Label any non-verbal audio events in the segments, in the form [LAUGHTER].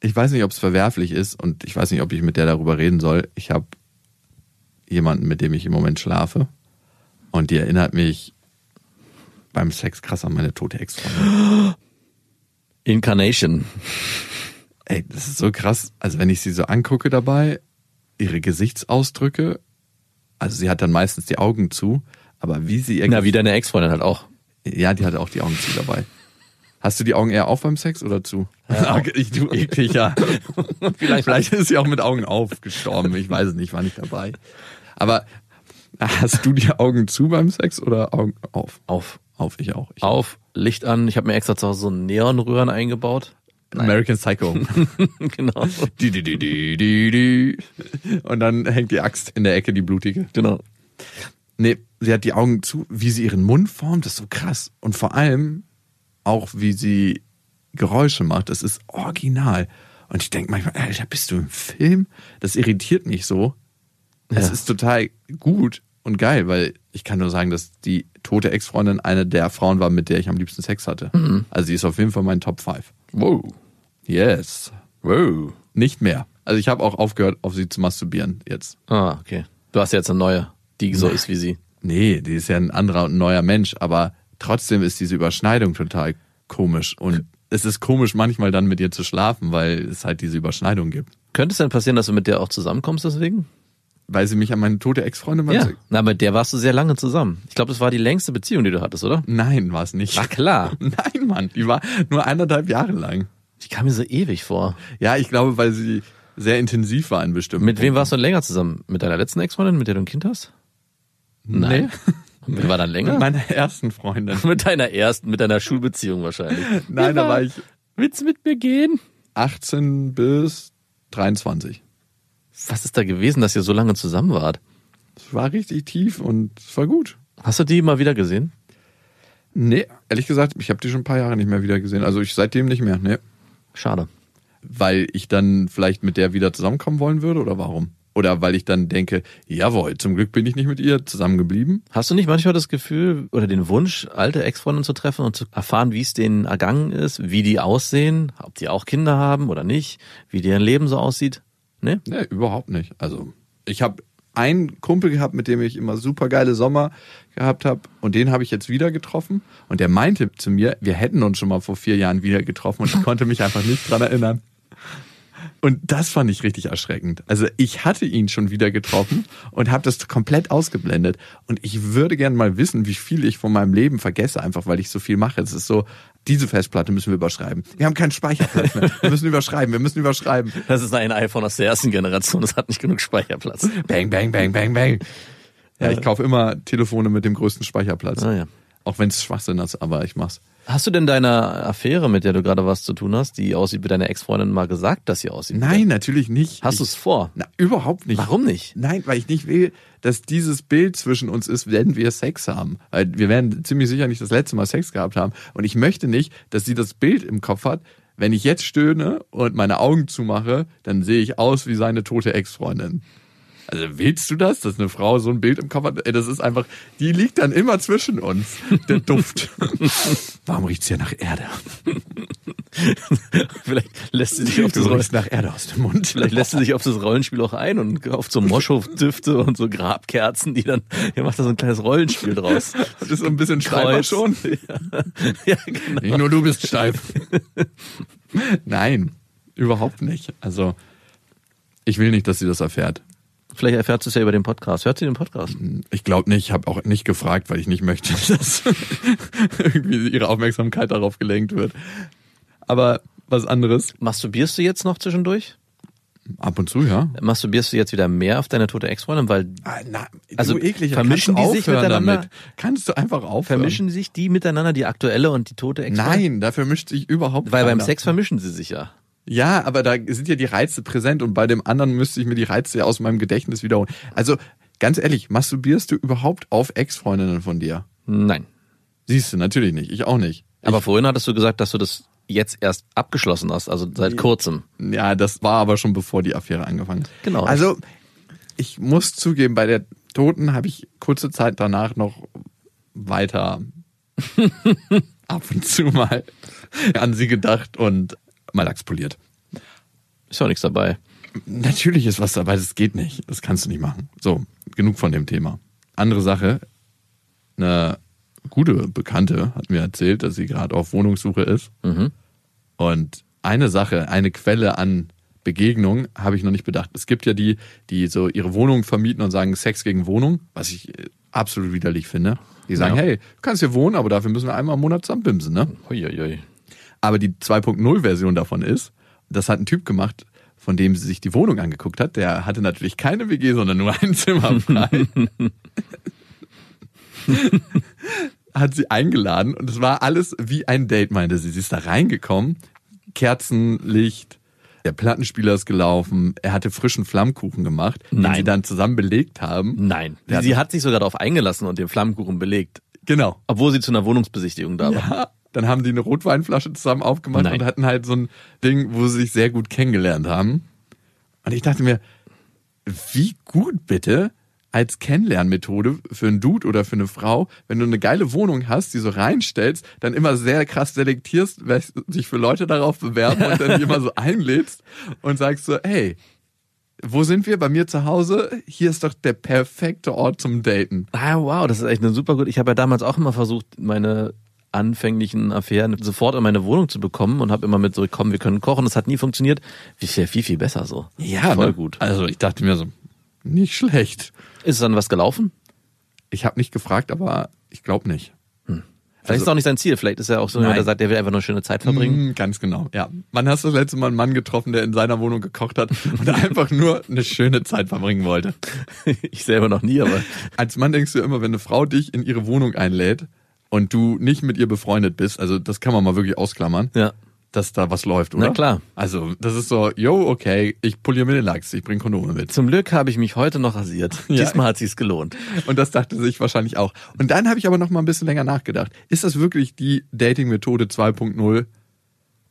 Ich weiß nicht, ob es verwerflich ist und ich weiß nicht, ob ich mit der darüber reden soll. Ich habe jemanden, mit dem ich im Moment schlafe und die erinnert mich beim Sex krass an meine tote Ex-Freundin. Incarnation. Ey, das ist so krass. Also wenn ich sie so angucke dabei, ihre Gesichtsausdrücke, also sie hat dann meistens die Augen zu, aber wie sie ihr Na, wie deine Ex-Freundin halt auch. Ja, die hatte auch die Augen zu dabei. Hast du die Augen eher auf beim Sex oder zu? [LAUGHS] ich, du ekliger. [LAUGHS] vielleicht, vielleicht ist sie auch mit Augen auf gestorben. Ich weiß es nicht, war nicht dabei. Aber hast du die Augen zu beim Sex oder Augen auf? Auf. Auf, ich auch. Ich Auf, Licht an. Ich habe mir extra zu Hause so einen Neonröhren eingebaut. [LAUGHS] American Psycho. [LAUGHS] genau. Di, di, di, di, di, di. Und dann hängt die Axt in der Ecke, die blutige. Genau. Nee, sie hat die Augen zu, wie sie ihren Mund formt, das ist so krass. Und vor allem auch, wie sie Geräusche macht, das ist original. Und ich denke manchmal, Alter, bist du im Film? Das irritiert mich so. Es Ja. ist total gut und geil, weil ich kann nur sagen, dass die tote Ex-Freundin eine der Frauen war, mit der ich am liebsten Sex hatte. Also sie ist auf jeden Fall mein Top 5. Wow. Yes. Wow. Nicht mehr. Also ich habe auch aufgehört, auf sie zu masturbieren jetzt. Ah, okay. Du hast jetzt eine neue, die so ist wie sie. Nee, die ist ja ein anderer und ein neuer Mensch, aber trotzdem ist diese Überschneidung total komisch. Und es ist komisch, manchmal dann mit ihr zu schlafen, weil es halt diese Überschneidung gibt. Könnte es denn passieren, dass du mit der auch zusammenkommst deswegen? Weil sie mich an meine tote Ex-Freundin beim Sex- Na, mit der warst du sehr lange zusammen. Ich glaube, das war die längste Beziehung, die du hattest, oder? Nein, war es nicht. War klar. [LAUGHS] Nein, Mann, die war nur eineinhalb Jahre lang. Die kam mir so ewig vor. Ja, ich glaube, weil sie sehr intensiv war in bestimmten. Mit wem warst du denn länger zusammen? Mit deiner letzten Ex-Freundin, mit der du ein Kind hast? Nein. Mit war dann länger? Mit meiner [LAUGHS] ersten Freundin. [LAUGHS] Mit deiner ersten, mit deiner Schulbeziehung wahrscheinlich. Nein, da war ich Willst du mit mir gehen? 18 bis 23. Was ist da gewesen, dass ihr so lange zusammen wart? Es war richtig tief und es war gut. Hast du die mal wieder gesehen? Nee, ehrlich gesagt, ich habe die schon ein paar Jahre nicht mehr wieder gesehen. Also ich seitdem nicht mehr, nee. Schade. Weil ich dann vielleicht mit der wieder zusammenkommen wollen würde oder warum? Oder weil ich dann denke, jawohl, zum Glück bin ich nicht mit ihr zusammengeblieben. Hast du nicht manchmal das Gefühl oder den Wunsch, alte Ex-Freundinnen zu treffen und zu erfahren, wie es denen ergangen ist, wie die aussehen, ob die auch Kinder haben oder nicht, wie deren Leben so aussieht? Ne? Nee, überhaupt nicht. Also ich habe einen Kumpel gehabt, mit dem ich immer super geile Sommer gehabt habe und den habe ich jetzt wieder getroffen und der meinte zu mir, wir hätten uns schon mal vor vier Jahren wieder getroffen und ich konnte mich einfach nicht dran erinnern. Und das fand ich richtig erschreckend. Also ich hatte ihn schon wieder getroffen und habe das komplett ausgeblendet. Und ich würde gerne mal wissen, wie viel ich von meinem Leben vergesse, einfach weil ich so viel mache. Es ist so, diese Festplatte müssen wir überschreiben. Wir haben keinen Speicherplatz mehr. Wir müssen überschreiben, wir müssen überschreiben. Das ist ein iPhone aus der ersten Generation, das hat nicht genug Speicherplatz. Bang, bang, bang, bang, bang. Ja, ich kaufe immer Telefone mit dem größten Speicherplatz. Ah, ja. Auch wenn es Schwachsinn ist, aber ich mach's. Hast du denn deiner Affäre, mit der du gerade was zu tun hast, die aussieht wie deine Ex-Freundin, mal gesagt, dass sie aussieht? wie Nein, natürlich nicht. deine- Hast du Ich- es vor? Na, überhaupt nicht. Warum nicht? Nein, weil ich nicht will, dass dieses Bild zwischen uns ist, wenn wir Sex haben. Weil wir werden ziemlich sicher nicht das letzte Mal Sex gehabt haben. Und ich möchte nicht, dass sie das Bild im Kopf hat. Wenn ich jetzt stöhne und meine Augen zumache, dann sehe ich aus wie seine tote Ex-Freundin. Also willst du das, dass eine Frau so ein Bild im Kopf hat? Ey, das ist einfach, die liegt dann immer zwischen uns, der [LAUGHS] Duft. Warum riecht's hier nach Erde? Vielleicht lässt sie dich auf das Du Roll- riechst nach Erde aus dem Mund. Vielleicht lässt sie sich auf das Rollenspiel auch ein und kauft so Moschhofdüfte und so Grabkerzen, die dann, ihr macht da so ein kleines Rollenspiel draus. Das ist so ein bisschen steifer [LAUGHS] Kreuz. schon. ja, genau. Nicht nur du bist steif. [LAUGHS] Nein, überhaupt nicht. Also, ich will nicht, dass sie das erfährt. Vielleicht erfährt sie es ja über den Podcast. Hört sie den Podcast? Ich glaube nicht, habe auch nicht gefragt, weil ich nicht möchte, [LAUGHS] dass irgendwie ihre Aufmerksamkeit darauf gelenkt wird. Aber was anderes. Masturbierst du jetzt noch zwischendurch? Ab und zu, ja. Masturbierst du jetzt wieder mehr auf deine tote Ex-Freundin, weil Also, vermischen Kannst du die sich aufhören miteinander? damit? Kannst du einfach aufhören? vermischen sich die miteinander, die aktuelle und die tote Ex-Freundin? Nein, da vermischt sich überhaupt Weil beim keiner. Sex vermischen sie sich ja. Ja, aber da sind ja die Reize präsent und bei dem anderen müsste ich mir die Reize ja aus meinem Gedächtnis wiederholen. Also, ganz ehrlich, masturbierst du überhaupt auf Ex-Freundinnen von dir? Nein. Siehst du, natürlich nicht. Ich auch nicht. Aber vorhin hattest du gesagt, dass du das jetzt erst abgeschlossen hast, also seit kurzem. Ja, das war aber schon bevor die Affäre angefangen hat. Genau. Also, ich muss zugeben, bei der Toten habe ich kurze Zeit danach noch weiter ab und zu mal an sie gedacht und mal Lachs poliert. Ist ja auch nichts dabei. Natürlich ist was dabei, das geht nicht. Das kannst du nicht machen. So, genug von dem Thema. Andere Sache, eine gute Bekannte hat mir erzählt, dass sie gerade auf Wohnungssuche ist. Und eine Sache, eine Quelle an Begegnung habe ich noch nicht bedacht. Es gibt ja die, die so ihre Wohnung vermieten und sagen Sex gegen Wohnung, was ich äh, absolut widerlich finde. Die sagen, Ja. hey, du kannst hier wohnen, aber dafür müssen wir einmal im Monat zusammen bimsen, ne? Uiuiui. Aber die 2.0-Version davon ist, das hat ein Typ gemacht, von dem sie sich die Wohnung angeguckt hat. Der hatte natürlich keine WG, sondern nur ein Zimmer frei. [LAUGHS] hat sie eingeladen und es war alles wie ein Date, meinte sie. Sie ist da reingekommen, Kerzenlicht, der Plattenspieler ist gelaufen, er hatte frischen Flammkuchen gemacht, den Nein. sie dann zusammen belegt haben. Nein. Ja, sie das- hat sich sogar darauf eingelassen und den Flammkuchen belegt, Genau. obwohl sie zu einer Wohnungsbesichtigung da war. Ja. Dann haben die eine Rotweinflasche zusammen aufgemacht Nein. und hatten halt so ein Ding, wo sie sich sehr gut kennengelernt haben. Und ich dachte mir, wie gut bitte als Kennenlernmethode für einen Dude oder für eine Frau, wenn du eine geile Wohnung hast, die so reinstellst, dann immer sehr krass selektierst, wer sich für Leute darauf bewerben und dann die immer so einlädst und sagst so, hey, wo sind wir? Bei mir zu Hause? Hier ist doch der perfekte Ort zum Daten. Ah, wow, das ist echt eine super gut. Ich habe ja damals auch immer versucht, meine anfänglichen Affären sofort in meine Wohnung zu bekommen und habe immer mit so, komm, wir können kochen. Das hat nie funktioniert. Wie viel, viel, viel besser so. voll ne? gut. Also ich dachte mir so, nicht schlecht. Ist dann was gelaufen? Ich habe nicht gefragt, aber ich glaube nicht. Vielleicht ist es auch nicht sein Ziel. Vielleicht ist er auch so jemand, Also Nein. der sagt, der will einfach nur eine schöne Zeit verbringen. Mm, Ganz genau, ja. Wann hast du das letzte Mal einen Mann getroffen, der in seiner Wohnung gekocht hat [LAUGHS] und einfach nur eine schöne Zeit verbringen wollte? [LAUGHS] ich selber noch [LAUGHS] nie, aber Als Mann denkst du immer, wenn eine Frau dich in ihre Wohnung einlädt und du nicht mit ihr befreundet bist, also das kann man mal wirklich ausklammern, ja. dass da was läuft, oder? Na klar. Also das ist so, yo, okay, ich poliere mir den Lachs, ich bring Kondome mit. Zum Glück habe ich mich heute noch rasiert. Ja. Diesmal hat sich's gelohnt. Und das dachte sich wahrscheinlich auch. Und dann habe ich aber noch mal ein bisschen länger nachgedacht. Ist das wirklich die Dating-Methode 2.0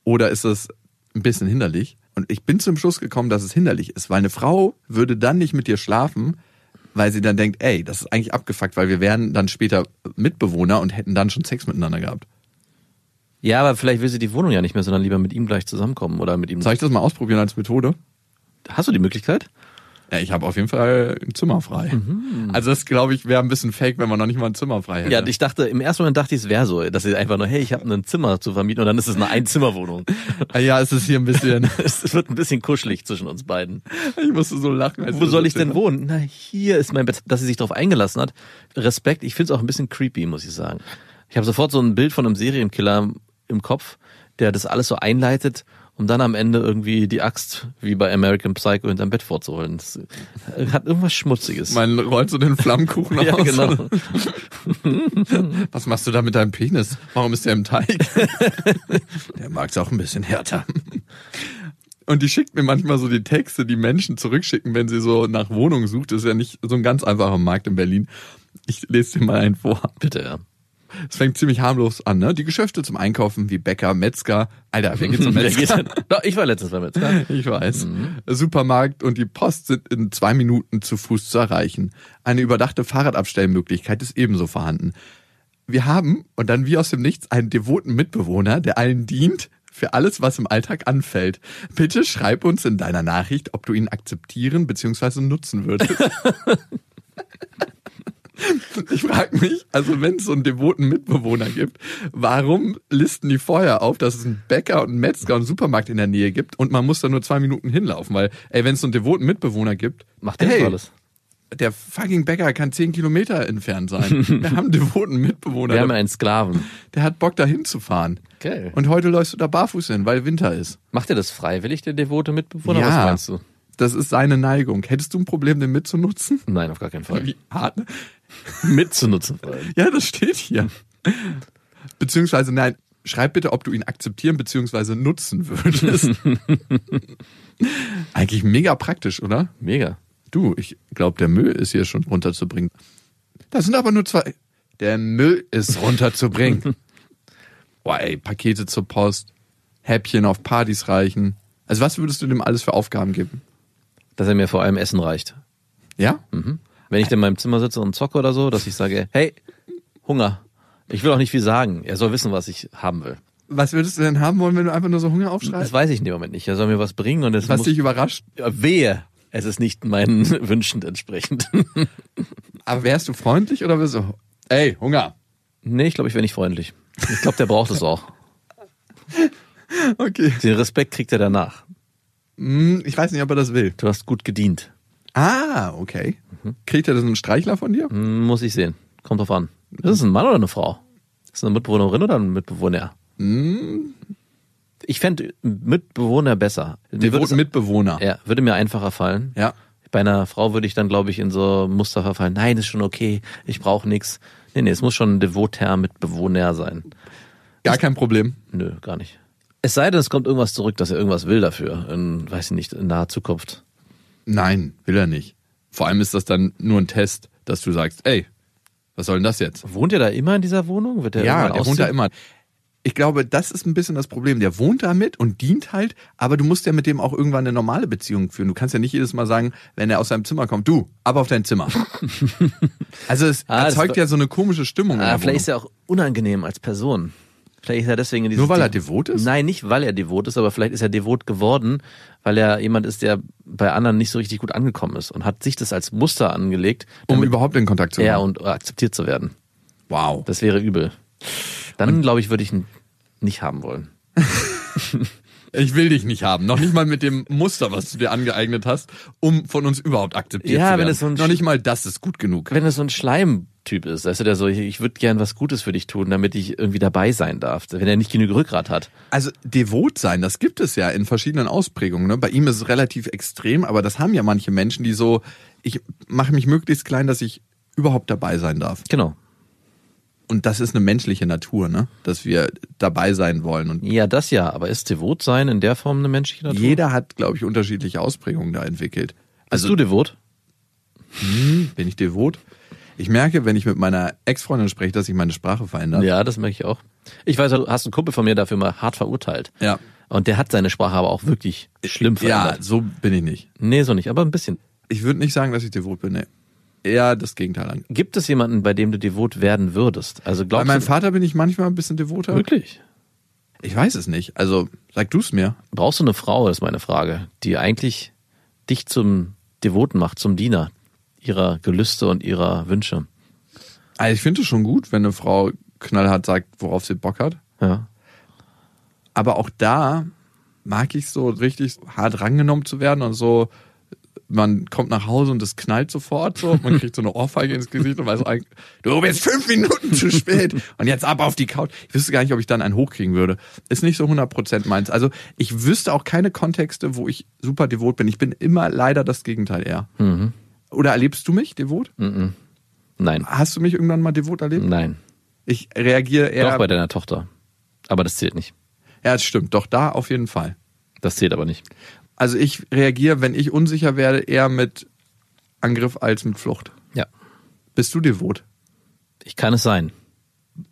oder ist das ein bisschen hinderlich? Und ich bin zum Schluss gekommen, dass es hinderlich ist, weil eine Frau würde dann nicht mit dir schlafen, weil sie dann denkt, ey, das ist eigentlich abgefuckt, weil wir wären dann später Mitbewohner und hätten dann schon Sex miteinander gehabt. Ja, aber vielleicht will sie die Wohnung ja nicht mehr, sondern lieber mit ihm gleich zusammenkommen oder mit ihm. Soll ich das mal ausprobieren als Methode? Hast du die Möglichkeit? Ja, ich habe auf jeden Fall ein Zimmer frei. Also das, glaube ich, wäre ein bisschen fake, wenn man noch nicht mal ein Zimmer frei hätte. Mhm. Ja, ich dachte, im ersten Moment dachte ich, es wäre so, dass sie einfach nur, hey, ich habe ein Zimmer zu vermieten und dann ist es eine Einzimmerwohnung. [LAUGHS] ja es ist hier ein [LAUGHS] bisschen... Es wird ein bisschen kuschelig zwischen uns beiden. Ich musste so lachen. als Wo du soll das ich denn erzählt wohnen? Na, hier ist mein Bett. Dass sie sich darauf eingelassen hat. Respekt, ich finde es auch ein bisschen creepy, muss ich sagen. Ich habe sofort so ein Bild von einem Serienkiller im Kopf, der das alles so einleitet, um dann am Ende irgendwie die Axt wie bei American Psycho hinterm Bett vorzuholen. Das hat irgendwas Schmutziges. Man rollt so den Flammkuchen [LAUGHS] ja, aus. genau. Was machst du da mit deinem Penis? Warum ist der im [LAUGHS] Teig? der mag es auch ein bisschen härter. Und die schickt mir manchmal so die Texte, die Menschen zurückschicken, wenn sie so nach Wohnung sucht. Das ist ja nicht so ein ganz einfacher Markt in Berlin. Ich lese dir mal einen vor. Bitte, ja. Es fängt ziemlich harmlos an, ne? Die Geschäfte zum Einkaufen wie Bäcker, Metzger. Alter, wer geht [LAUGHS] zum Wer geht Metzger? denn? Doch, ich war letztens beim Metzger. [LAUGHS] Ich weiß. Supermarkt und die Post sind in zwei Minuten zu Fuß zu erreichen. Eine überdachte Fahrradabstellmöglichkeit ist ebenso vorhanden. Wir haben, und dann wie aus dem Nichts, einen devoten Mitbewohner, der allen dient für alles, was im Alltag anfällt. Bitte schreib uns in deiner Nachricht, ob du ihn akzeptieren bzw. nutzen würdest. Ich frage mich, also wenn es so einen devoten Mitbewohner gibt, warum listen die vorher auf, dass es einen Bäcker und einen Metzger und einen Supermarkt in der Nähe gibt und man muss da nur zwei Minuten hinlaufen? Weil, ey, wenn es so einen devoten Mitbewohner gibt, Macht der ey, alles. Der fucking Bäcker kann zehn Kilometer entfernt sein. [LAUGHS] Wir haben einen devoten Mitbewohner, Wir haben der, einen Sklaven. der hat Bock da hinzufahren. Okay. Und heute läufst du da barfuß hin, weil Winter ist. Macht ihr das freiwillig, der devote Mitbewohner? Was meinst du? Das ist seine Neigung. Hättest du ein Problem, den mitzunutzen? Nein, auf gar keinen Fall. Wie hart, ne? Mitzunutzen vor allem. Hm. Ja, das steht hier. Beziehungsweise, nein, schreib bitte, ob du ihn akzeptieren bzw. nutzen [LAUGHS] würdest. [LAUGHS] Eigentlich mega praktisch, oder? Mega. Du, ich glaube, der Müll ist hier schon runterzubringen. Da sind aber nur zwei. Der Müll ist [LAUGHS] runterzubringen. Boah, ey, Pakete zur Post, Häppchen auf Partys reichen. Also was würdest du dem alles für Aufgaben geben? Dass er mir vor allem Essen reicht. Hm? Ja? Mhm. Wenn ich dann in meinem Zimmer sitze und zocke oder so, dass ich sage, hey, Hunger. Ich will auch nicht viel sagen. Er soll wissen, was ich haben will. Was würdest du denn haben wollen, wenn du einfach nur so Hunger Das aufschreibst? weiß ich in dem Moment nicht. Er soll mir was bringen und es Was muss, dich überrascht? Ja, wehe. Es ist nicht meinen [LAUGHS] Wünschen entsprechend. Aber wärst du freundlich oder wärst du, ey, Hunger. nee, ich glaube, ich wäre nicht freundlich. Ich glaube, der braucht es auch. Okay. Den Respekt kriegt er danach. Hm, ich weiß nicht, ob er das will. Du hast gut gedient. Ah, okay. Kriegt er das einen Streichler von dir? Hm, Muss ich sehen. Kommt drauf an. Ist es ein Mann oder eine Frau? Ist es eine Mitbewohnerin oder ein Mitbewohner? Hm. Ich fände Mitbewohner besser. Mir würde Devoten es- Mitbewohner. Ja, würde mir einfacher fallen. Ja. Bei einer Frau würde ich dann, glaube ich, in so Muster verfallen. Nein, ist schon okay. Ich brauche nichts. Nee, nee, es muss schon ein devoter Mitbewohner sein. Gar kein Problem. Nö, gar nicht. Es sei denn, es kommt irgendwas zurück, dass er irgendwas will dafür. In, weiß ich nicht, in naher Zukunft. Nein, will er nicht. Vor allem ist das dann nur ein Test, dass du sagst, ey, was soll denn das jetzt? Wohnt er da immer in dieser Wohnung? Wird er Ja, irgendwann der wohnt da ausziehen? immer. Ich glaube, das ist ein bisschen das Problem. Der wohnt da mit und dient halt, aber du musst ja mit dem auch irgendwann eine normale Beziehung führen. Du kannst ja nicht jedes Mal sagen, wenn er aus seinem Zimmer kommt, du, aber auf dein [LAUGHS] Zimmer. also es Ah, das erzeugt war- ja so eine komische Stimmung. in Ah, der vielleicht Wohnung. ist er auch unangenehm als Person. Vielleicht ist er deswegen in dieses Nur weil er devot ist? Nein, nicht weil er devot ist, aber vielleicht ist er devot geworden, weil er jemand ist, der bei anderen nicht so richtig gut angekommen ist und hat sich das als Muster angelegt, um damit überhaupt in Kontakt zu kommen. er und akzeptiert zu werden. wow. Das wäre übel. Dann, glaube ich, würde ich ihn nicht haben wollen. Ich will dich nicht haben. Noch nicht mal mit dem Muster, was du dir angeeignet hast, um von uns überhaupt akzeptiert Ja, zu werden. wenn es so ein Noch nicht mal das ist gut genug. Wenn es so ein Schleimtyp ist, weißt du, der so, ich, ich würde gern was Gutes für dich tun, damit ich irgendwie dabei sein darf, wenn er nicht genug Rückgrat hat. Also devot sein, das gibt es ja in verschiedenen Ausprägungen. Ne? Bei ihm ist es relativ extrem, aber das haben ja manche Menschen, die so, ich mache mich möglichst klein, dass ich überhaupt dabei sein darf. Genau. Und das ist eine menschliche Natur, ne? dass wir dabei sein wollen. Und Ja, das ja, aber ist devot sein in der Form eine menschliche Natur? jeder hat, glaube ich, unterschiedliche Ausprägungen da entwickelt. Bist Also du devot? bin ich devot? Ich merke, wenn ich mit meiner Ex-Freundin spreche, dass ich meine Sprache verändert. Ja, das merke ich auch. Ich weiß, du hast einen Kumpel von mir dafür mal hart verurteilt. Ja. Und der hat seine Sprache aber auch wirklich schlimm ja, verändert. so bin ich nicht. Nee, so nicht, aber ein bisschen. Ich würde nicht sagen, dass ich devot bin. Nee. Eher das Gegenteil an. Gibt es jemanden, bei dem du devot werden würdest? Also Bei glaubst meinem du Vater bin ich manchmal ein bisschen devoter. wirklich? Ich weiß es nicht. Also sag du es mir. Brauchst du eine Frau, ist meine Frage, die eigentlich dich zum Devoten macht, zum Diener ihrer Gelüste und ihrer Wünsche? Also ich finde es schon gut, wenn eine Frau knallhart sagt, worauf sie Bock hat. Ja. Aber auch da mag ich so richtig hart rangenommen zu werden und so. Man kommt nach Hause und es knallt sofort so. Man kriegt so eine Ohrfeige ins Gesicht und weiß eigentlich, du bist fünf Minuten zu spät und jetzt ab auf die Couch. Ich wüsste gar nicht, ob ich dann einen hochkriegen würde. Ist nicht so 100% meins. Also ich wüsste auch keine Kontexte, wo ich super devot bin. Ich bin immer leider das Gegenteil eher. Mhm. Oder erlebst du mich devot? Nein. Hast du mich irgendwann mal devot erlebt? Nein. Ich reagiere eher. Mhm. Doch bei deiner Tochter. Aber das zählt nicht. ja, das stimmt. Doch da auf jeden Fall. Das zählt aber nicht. Also ich reagiere, wenn ich unsicher werde, eher mit Angriff als mit Flucht. Ja. Bist du devot? Ich kann es sein.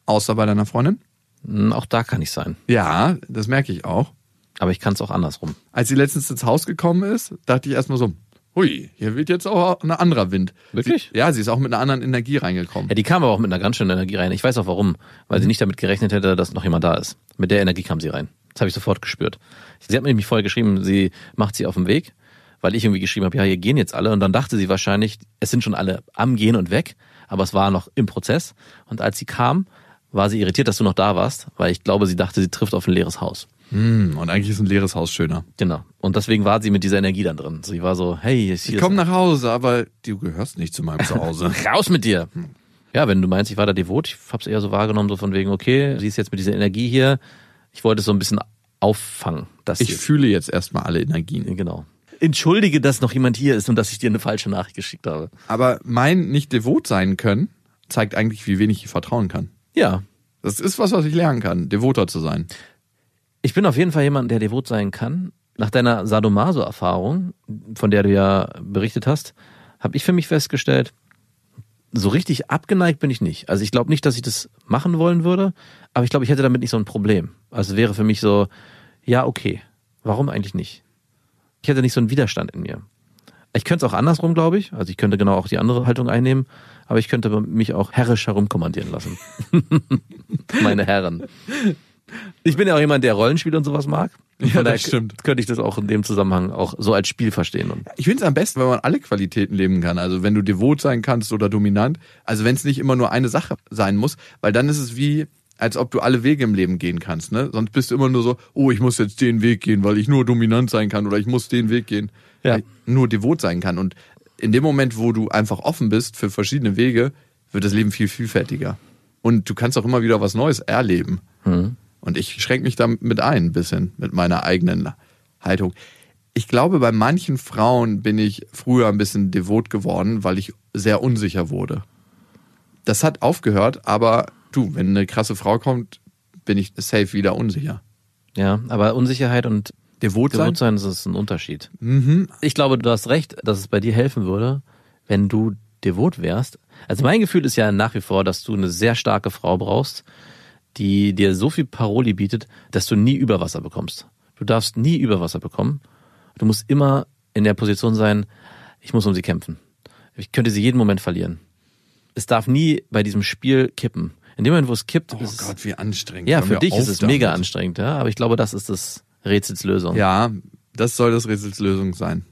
Außer bei deiner Freundin? Hm, Auch da kann ich sein. Ja, das merke ich auch. Aber ich kann es auch andersrum. Als sie letztens ins Haus gekommen ist, dachte ich erstmal so, hui, hier weht jetzt auch ein anderer Wind. Wirklich? Sie, ja, sie ist auch mit einer anderen Energie reingekommen. Ja, die kam aber auch mit einer ganz schönen Energie rein. Ich weiß auch warum, weil Mhm. sie nicht damit gerechnet hätte, dass noch jemand da ist. Mit der Energie kam sie rein. Das habe ich sofort gespürt. Sie hat mir nämlich vorher geschrieben, sie macht sie auf den Weg, weil ich irgendwie geschrieben habe, ja, hier gehen jetzt alle. Und dann dachte sie wahrscheinlich, es sind schon alle am Gehen und weg, aber es war noch im Prozess. Und als sie kam, war sie irritiert, dass du noch da warst, weil ich glaube, sie dachte, sie trifft auf ein leeres Haus. Hm, und eigentlich ist ein leeres Haus schöner. Genau. Und deswegen war sie mit dieser Energie dann drin. Sie war so, hey, ist Ich hier komme nach Hause, aber du gehörst nicht zu meinem [LAUGHS] Zuhause. Raus mit dir! Ja, wenn du meinst, ich war da devot, ich hab's eher so wahrgenommen, so von wegen, okay, sie ist jetzt mit dieser Energie hier. Ich wollte es so ein bisschen auffangen. Dass ich sie- fühle jetzt erstmal alle Energien. genau. Entschuldige, dass noch jemand hier ist und dass ich dir eine falsche Nachricht geschickt habe. Aber mein nicht devot sein können, zeigt eigentlich, wie wenig ich vertrauen kann. Ja. Das ist was, was ich lernen kann, devoter zu sein. Ich bin auf jeden Fall jemand, der devot sein kann. Nach deiner Sadomaso-Erfahrung, von der du ja berichtet hast, habe ich für mich festgestellt, so richtig abgeneigt bin ich nicht. Also ich glaube nicht, dass ich das machen wollen würde, aber ich glaube, ich hätte damit nicht so ein Problem. Also es wäre für mich so, ja, okay, warum eigentlich nicht? Ich hätte nicht so einen Widerstand in mir. Ich könnte es auch andersrum, glaube ich. Also ich könnte genau auch die andere Haltung einnehmen, aber ich könnte mich auch herrisch herumkommandieren lassen. [LAUGHS] Meine Herren. Ich bin ja auch jemand, der Rollenspiele und sowas mag. Ja, Von das daher stimmt. Könnte ich das auch in dem Zusammenhang auch so als Spiel verstehen. Und Ich finde es am besten, wenn man alle Qualitäten leben kann. Also wenn du devot sein kannst oder dominant. Also wenn es nicht immer nur eine Sache sein muss, weil dann ist es wie, als ob du alle Wege im Leben gehen kannst. Ne? Sonst bist du immer nur so, oh, ich muss jetzt den Weg gehen, weil ich nur dominant sein kann oder ich muss den Weg gehen. Ja. Weil ich Nur devot sein kann. Und in dem Moment, wo du einfach offen bist für verschiedene Wege, wird das Leben viel vielfältiger. Und du kannst auch immer wieder was Neues erleben. Und ich schränke mich damit ein, ein bisschen mit meiner eigenen Haltung. Ich glaube, bei manchen Frauen bin ich früher ein bisschen devot geworden, weil ich sehr unsicher wurde. Das hat aufgehört, aber du, wenn eine krasse Frau kommt, bin ich safe wieder unsicher. ja, aber Unsicherheit und Devot sein? Devot sein, das ist ein Unterschied. Mhm. Ich glaube, du hast recht, dass es bei dir helfen würde, wenn du devot wärst. Also mein Gefühl ist ja nach wie vor, dass du eine sehr starke Frau brauchst, die dir so viel Paroli bietet, dass du nie über Wasser bekommst. Du darfst nie über Wasser bekommen. Du musst immer in der Position sein, ich muss um sie kämpfen. Ich könnte sie jeden Moment verlieren. Es darf nie bei diesem Spiel kippen. In dem Moment, wo es kippt, Oh ist es, Gott, wie anstrengend. ja, Hören für wir dich auf ist es damit. mega anstrengend, ja, aber ich glaube, das ist das Rätselslösung. Ja, das soll das Rätselslösung sein.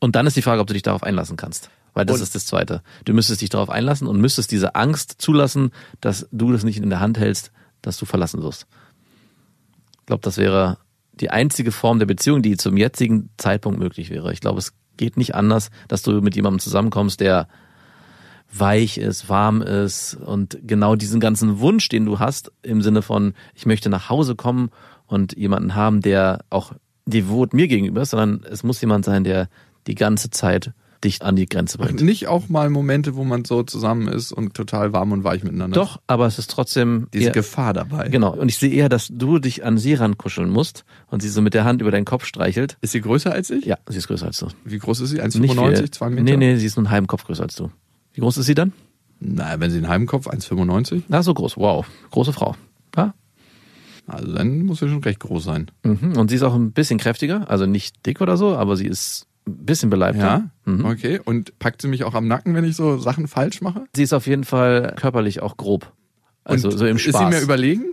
Und dann ist die Frage, ob du dich darauf einlassen kannst. Weil das Und- ist das Zweite. Du müsstest dich darauf einlassen und müsstest diese Angst zulassen, dass du das nicht in der Hand hältst, dass du verlassen wirst. Ich glaube, das wäre die einzige Form der Beziehung, die zum jetzigen Zeitpunkt möglich wäre. Ich glaube, es geht nicht anders, dass du mit jemandem zusammenkommst, der weich ist, warm ist und genau diesen ganzen Wunsch, den du hast, im Sinne von, ich möchte nach Hause kommen und jemanden haben, der auch devot mir gegenüber ist, sondern es muss jemand sein, der die ganze Zeit dich an die Grenze bringt. Nicht auch mal Momente, wo man so zusammen ist und total warm und weich miteinander ist. Doch, aber es ist trotzdem Diese eher- Gefahr dabei. Genau, und ich sehe eher, dass du dich an sie rankuscheln musst und sie so mit der Hand über deinen Kopf streichelt. Ist sie größer als ich? Ja, sie ist größer als du. Wie groß ist sie? Nicht viel. 1,95? 2 Meter? Nee, nee, sie ist nur einen halben Kopf größer als du. Wie groß ist sie dann? Na, wenn sie einen halben Kopf, 1,95? Na, so groß. Wow, große Frau. Ja, Also dann muss sie schon recht groß sein. Mhm. Und sie ist auch ein bisschen kräftiger, also nicht dick oder so, aber sie ist ein bisschen beleibter. Ja, Mhm. okay. Und packt sie mich auch am Nacken, wenn ich so Sachen falsch mache? Sie ist auf jeden Fall körperlich auch grob. Also Und so im Spaß. Ist sie mir überlegen?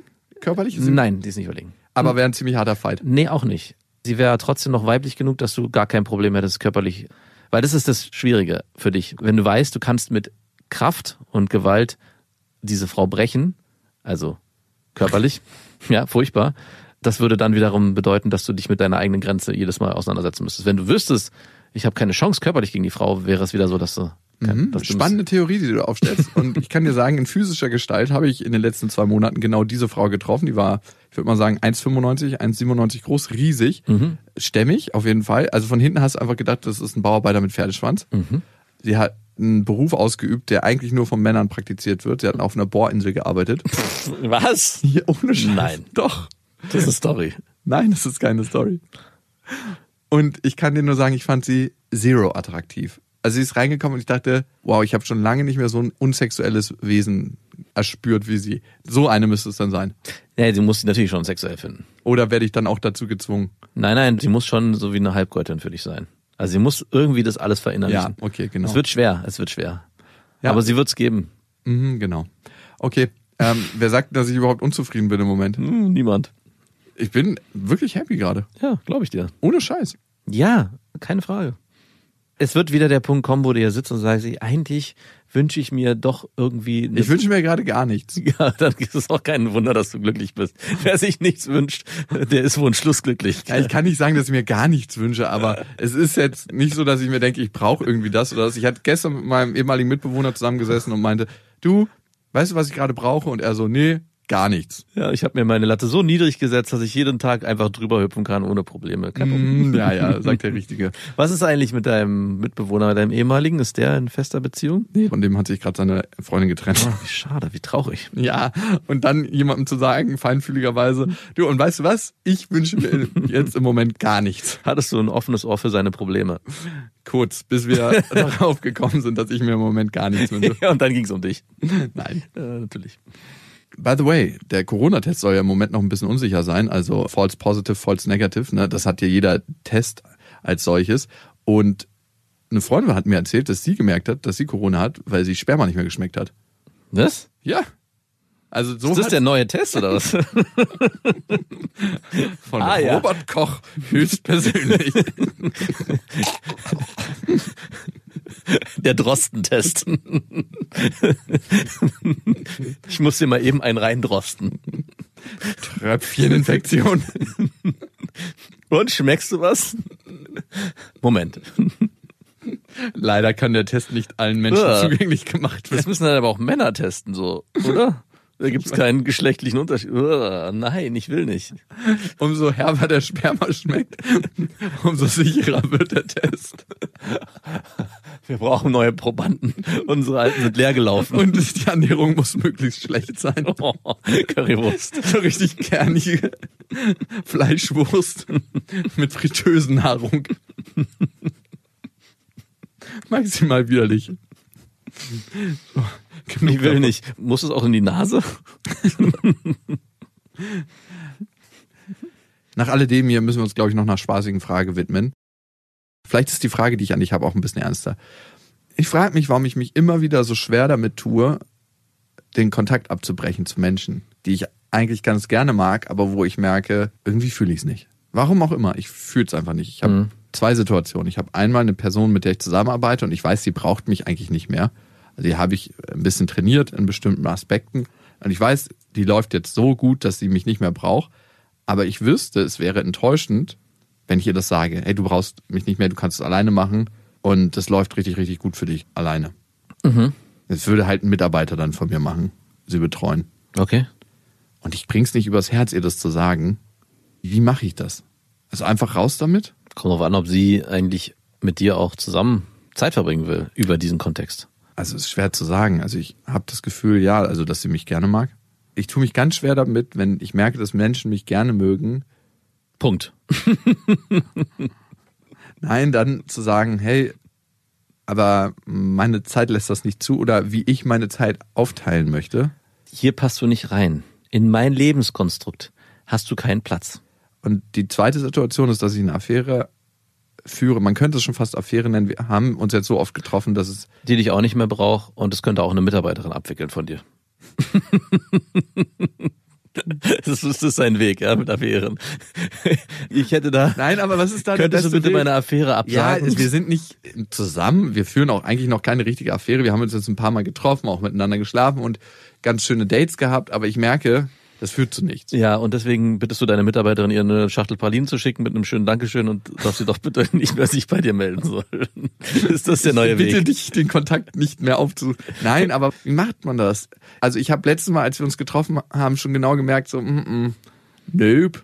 Körperlich? Ist sie Nein, die ist nicht überlegen. Aber wäre ein ziemlich harter Fight. Nee, auch nicht. Sie wäre trotzdem noch weiblich genug, dass du gar kein Problem hättest körperlich. Weil das ist das Schwierige für dich. Wenn du weißt, du kannst mit Kraft und Gewalt diese Frau brechen, also [LAUGHS] körperlich, ja, furchtbar. Das würde dann wiederum bedeuten, dass du dich mit deiner eigenen Grenze jedes Mal auseinandersetzen müsstest. Wenn du wüsstest, ich habe keine Chance körperlich gegen die Frau, wäre es wieder so, dass du... Kein, Mhm. dass du- Spannende Theorie, die du aufstellst. Und ich kann dir sagen, in physischer Gestalt habe ich in den letzten zwei Monaten genau diese Frau getroffen. Die war, ich würde mal sagen, 1,95, 1,97 groß, riesig, stämmig auf jeden Fall. Also von hinten hast du einfach gedacht, das ist ein Bauarbeiter mit Pferdeschwanz. Sie hat einen Beruf ausgeübt, der eigentlich nur von Männern praktiziert wird. Sie hat auf einer Bohrinsel [LAUGHS] gearbeitet. Was? Hier, ohne Scheiß. Nein. Doch. Das ist eine Story. Nein, das ist keine Story. Und ich kann dir nur sagen, ich fand sie zero attraktiv. Also sie ist reingekommen und ich dachte, wow, ich habe schon lange nicht mehr so ein unsexuelles Wesen erspürt wie sie. So eine müsste es dann sein. Nee, sie muss dich natürlich schon sexuell finden. Oder werde ich dann auch dazu gezwungen? Nein, nein, sie muss schon so wie eine Halbgöttin für dich sein. Also sie muss irgendwie das alles verinnerlichen. Ja, okay, genau. Es wird schwer, es wird schwer. Ja. Aber sie wird's geben. Mhm, genau. Okay. Ähm, wer sagt, dass ich überhaupt unzufrieden bin im Moment? Hm, niemand. Ich bin wirklich happy gerade. Ja, glaube ich dir. Ohne Scheiß. Ja, keine Frage. Es wird wieder der Punkt kommen, wo du hier sitzt und sagst, eigentlich wünsche ich mir doch irgendwie... eine- Ich wünsche mir gerade gar nichts. [LAUGHS] Ja, dann ist es auch kein Wunder, dass du glücklich bist. Wer sich nichts wünscht, der ist wohl schlussglücklich. Ja, ich kann nicht sagen, dass ich mir gar nichts wünsche, aber es ist jetzt nicht so, dass ich mir denke, ich brauche irgendwie das oder das. Ich hatte gestern mit meinem ehemaligen Mitbewohner zusammengesessen und meinte, du, weißt du, was ich gerade brauche? Und er so, nee, Gar nichts. Ja, ich habe mir meine Latte so niedrig gesetzt, dass ich jeden Tag einfach drüber hüpfen kann ohne Probleme. Kein Problem. Mm, ja, ja, sagt der Richtige. Was ist eigentlich mit deinem Mitbewohner, mit deinem ehemaligen? Ist der in fester Beziehung? [LAUGHS] Nee, Ah. von dem hat sich gerade seine Freundin getrennt. Wie schade, wie traurig. Ja, und dann jemandem zu sagen, feinfühligerweise, du, und weißt du was? Ich wünsche mir jetzt im Moment gar nichts. Hattest du ein offenes Ohr für seine Probleme? Kurz, bis [LAUGHS] wir darauf gekommen sind, dass ich mir im Moment gar nichts wünsche. [LAUGHS] Ja, und dann ging's um dich. [LAUGHS] Nein. Äh, natürlich. By the way, der Corona-Test soll ja im Moment noch ein bisschen unsicher sein, also false positive, false negative, ne? das hat ja jeder Test als solches. Und eine Freundin hat mir erzählt, dass sie gemerkt hat, dass sie Corona hat, weil sie Sperma nicht mehr geschmeckt hat. Was? Ja. Also so Ist das hat der neue Test oder [LAUGHS] was? von Ah, ja. Robert Koch [LAUGHS] höchstpersönlich. Der Drostentest. [LAUGHS] Ich muss dir mal eben einen reindrosten. Tröpfcheninfektion. Und schmeckst du was? Moment. Leider kann der Test nicht allen Menschen Ja. zugänglich gemacht werden. Das müssen dann aber auch Männer testen, so, oder? Da gibt's keinen geschlechtlichen Unterschied. Uah, nein, ich will nicht. Umso herber der Sperma schmeckt, umso sicherer wird der Test. Wir brauchen neue Probanden. [LAUGHS] Unsere alten sind leer gelaufen. Und die Ernährung muss möglichst schlecht sein. [LAUGHS] Oh, Currywurst. So [LAUGHS] richtig kernige Fleischwurst mit Fritösennahrung. [LAUGHS] Maximal widerlich. So, genug Ich will davon. nicht. Muss es auch in die Nase? Nach alledem hier müssen wir uns, glaube ich, noch einer spaßigen Frage widmen. Vielleicht ist die Frage, die ich an dich habe, auch ein bisschen ernster. Ich frage mich, warum ich mich immer wieder so schwer damit tue, den Kontakt abzubrechen zu Menschen, die ich eigentlich ganz gerne mag, aber wo ich merke, irgendwie fühle ich es nicht. Warum auch immer, ich fühle es einfach nicht. Ich habe [LAUGHS] Mhm. zwei Situationen. Ich habe einmal eine Person, mit der ich zusammenarbeite und ich weiß, sie braucht mich eigentlich nicht mehr. Also die habe ich ein bisschen trainiert in bestimmten Aspekten. Und ich weiß, die läuft jetzt so gut, dass sie mich nicht mehr braucht. Aber ich wüsste, es wäre enttäuschend, wenn ich ihr das sage. Hey, du brauchst mich nicht mehr, du kannst es alleine machen. Und das läuft richtig, richtig gut für dich alleine. Das würde halt ein Mitarbeiter dann von mir machen, sie betreuen. Okay. Und ich bring's nicht übers Herz, ihr das zu sagen. Wie mache ich das? Also einfach raus damit? Kommt drauf an, ob sie eigentlich mit dir auch zusammen Zeit verbringen will über diesen Kontext. Also es ist schwer zu sagen. Also ich habe das Gefühl, ja, also dass sie mich gerne mag. Ich tue mich ganz schwer damit, wenn ich merke, dass Menschen mich gerne mögen. Punkt. Nein, dann zu sagen, hey, aber meine Zeit lässt das nicht zu oder wie ich meine Zeit aufteilen möchte. Hier passt du nicht rein. In mein Lebenskonstrukt hast du keinen Platz. Und die zweite Situation ist, dass ich eine Affäre führe. Man könnte es schon fast Affäre nennen. Wir haben uns jetzt so oft getroffen, dass es Die dich auch nicht mehr braucht und es könnte auch eine Mitarbeiterin abwickeln von dir. [LAUGHS] Das ist, das ist sein Weg, ja, mit [LAUGHS] Affären. Ich hätte da. Nein, aber was ist da der Könntest du beste bitte Weg? meine Affäre Ja, absagen? wir sind nicht zusammen. Wir führen auch eigentlich noch keine richtige Affäre. Wir haben uns jetzt ein paar Mal getroffen, auch miteinander geschlafen und ganz schöne Dates gehabt. Aber ich merke, das führt zu nichts. ja, und deswegen bittest du deine Mitarbeiterin, ihr eine Schachtel Pralinen zu schicken mit einem schönen Dankeschön und dass sie doch bitte [LAUGHS] nicht mehr sich bei dir melden soll. [LAUGHS] Ist das der neue ich bitte Weg? dich, den Kontakt nicht mehr aufzu. Nein, aber wie macht man das? Also ich habe letztes Mal, als wir uns getroffen haben, schon genau gemerkt, so, mm, mm, nope.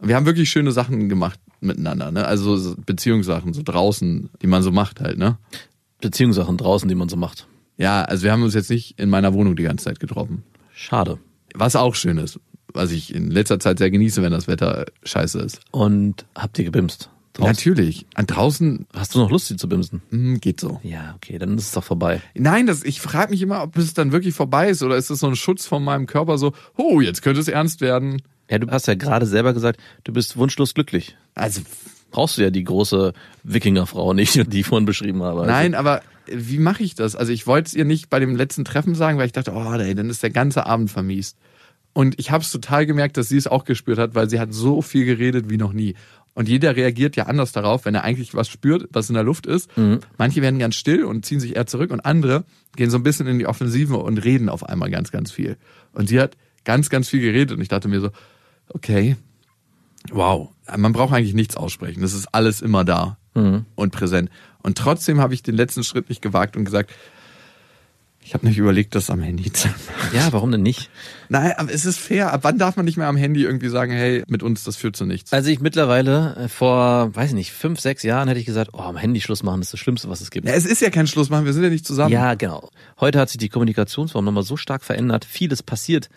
Wir haben wirklich schöne Sachen gemacht miteinander, ne? Also so Beziehungssachen, so draußen, die man so macht halt, ne? Beziehungssachen draußen, die man so macht. Ja, also wir haben uns jetzt nicht in meiner Wohnung die ganze Zeit getroffen. Schade. Was auch schön ist, was ich in letzter Zeit sehr genieße, wenn das Wetter scheiße ist. Und habt ihr gebimst? Draußen? Natürlich. An draußen Hast du noch Lust, sie zu bimsen? hm, geht so. Ja, okay, dann ist es doch vorbei. Nein, das, ich frage mich immer, ob es dann wirklich vorbei ist oder ist das so ein Schutz von meinem Körper so, oh, jetzt könnte es ernst werden. Ja, du hast ja gerade selber gesagt, du bist wunschlos glücklich. Also, Brauchst du ja die große Wikingerfrau nicht, [LAUGHS] die ich vorhin beschrieben habe. Also, nein, aber wie mache ich das? Also ich wollte es ihr nicht bei dem letzten Treffen sagen, weil ich dachte, oh, ey, dann ist der ganze Abend vermiest. Und ich habe es total gemerkt, dass sie es auch gespürt hat, weil sie hat so viel geredet wie noch nie. Und jeder reagiert ja anders darauf, wenn er eigentlich was spürt, was in der Luft ist. Manche werden ganz still und ziehen sich eher zurück und andere gehen so ein bisschen in die Offensive und reden auf einmal ganz, ganz viel. Und sie hat ganz, ganz viel geredet und ich dachte mir so, okay, wow, man braucht eigentlich nichts aussprechen. Das ist alles immer Mhm. da und präsent. Und trotzdem habe ich den letzten Schritt nicht gewagt und gesagt, Ich habe nicht überlegt, das am Handy zu machen. [LAUGHS] [LAUGHS] Ja, warum denn nicht? Nein, aber es ist fair. Ab wann darf man nicht mehr am Handy irgendwie sagen, hey, mit uns, das führt zu nichts? Also ich mittlerweile äh, vor, weiß ich nicht, fünf, sechs Jahren hätte ich gesagt, oh, am Handy Schluss machen das ist das Schlimmste, was es gibt. Ja, es ist ja kein Schluss machen, wir sind ja nicht zusammen. Ja, genau. Heute hat sich die Kommunikationsform nochmal so stark verändert. Vieles passiert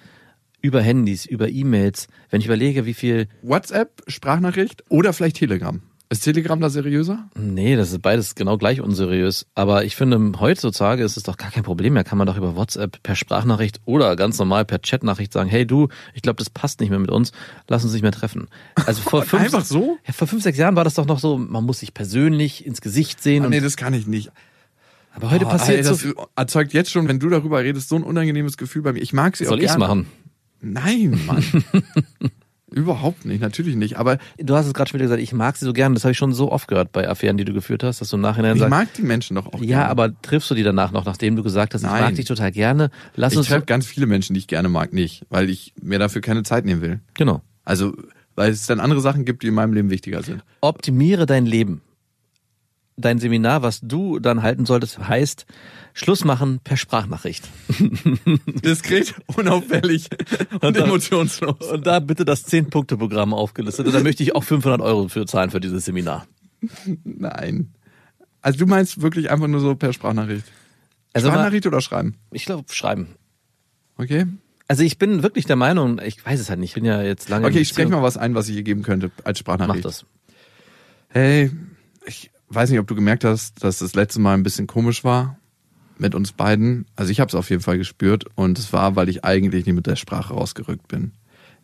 über Handys, über E-Mails. Wenn ich überlege, wie viel. WhatsApp, Sprachnachricht oder vielleicht Telegram. Ist Telegram da seriöser? Nee, das ist beides genau gleich unseriös. Aber ich finde, heutzutage ist es doch gar kein Problem mehr. Kann man doch über WhatsApp per Sprachnachricht oder ganz normal per Chatnachricht sagen, hey du, ich glaube, das passt nicht mehr mit uns, lass uns nicht mehr treffen. Also vor fünf, [LAUGHS] einfach so? Ja, vor fünf, sechs Jahren war das doch noch so, man muss sich persönlich ins Gesicht sehen. Ah, und, nee, das kann ich nicht. aber Hm. heute Oh, passiert ey, so das viel. erzeugt jetzt schon, wenn du darüber redest, so ein unangenehmes Gefühl bei mir. Ich mag sie auch Soll ich's gerne. machen? Nein, [LAUGHS] Mann. Überhaupt nicht, natürlich nicht. Aber Du hast es gerade schon wieder gesagt, ich mag sie so gern. Das habe ich schon so oft gehört bei Affären, die du geführt hast, dass du im Nachhinein ich sagst, mag die Menschen doch auch. Also, ja, gerne. aber triffst du die danach noch, nachdem du gesagt hast, ich Nein. mag dich total gerne. Lass ich uns treffe ganz viele Menschen, die ich gerne mag, nicht, weil ich mir dafür keine Zeit nehmen will. genau. Also, weil es dann andere Sachen gibt, die in meinem Leben wichtiger sind. Optimiere dein Leben. Dein Seminar, was du dann halten solltest, heißt Schluss machen per Sprachnachricht. Diskret, [LAUGHS] unauffällig und emotionslos. Und da bitte das 10-Punkte-Programm aufgelistet. Und da möchte ich auch 500 Euro für zahlen für dieses Seminar. Nein. Also du meinst wirklich einfach nur so per Sprachnachricht? Also mal, Sprachnachricht oder schreiben? ich glaube, schreiben. Okay? Also ich bin wirklich der Meinung, ich weiß es halt nicht, ich bin ja jetzt lange in Okay, ich spreche Beziehung. mal was ein, was ich ihr geben könnte als Mach Sprachnachricht. das. Hey, ich weiß nicht, ob du gemerkt hast, dass das letzte Mal ein bisschen komisch war mit uns beiden. Also ich habe es auf jeden Fall gespürt und es war, weil ich eigentlich nicht mit der Sprache rausgerückt bin.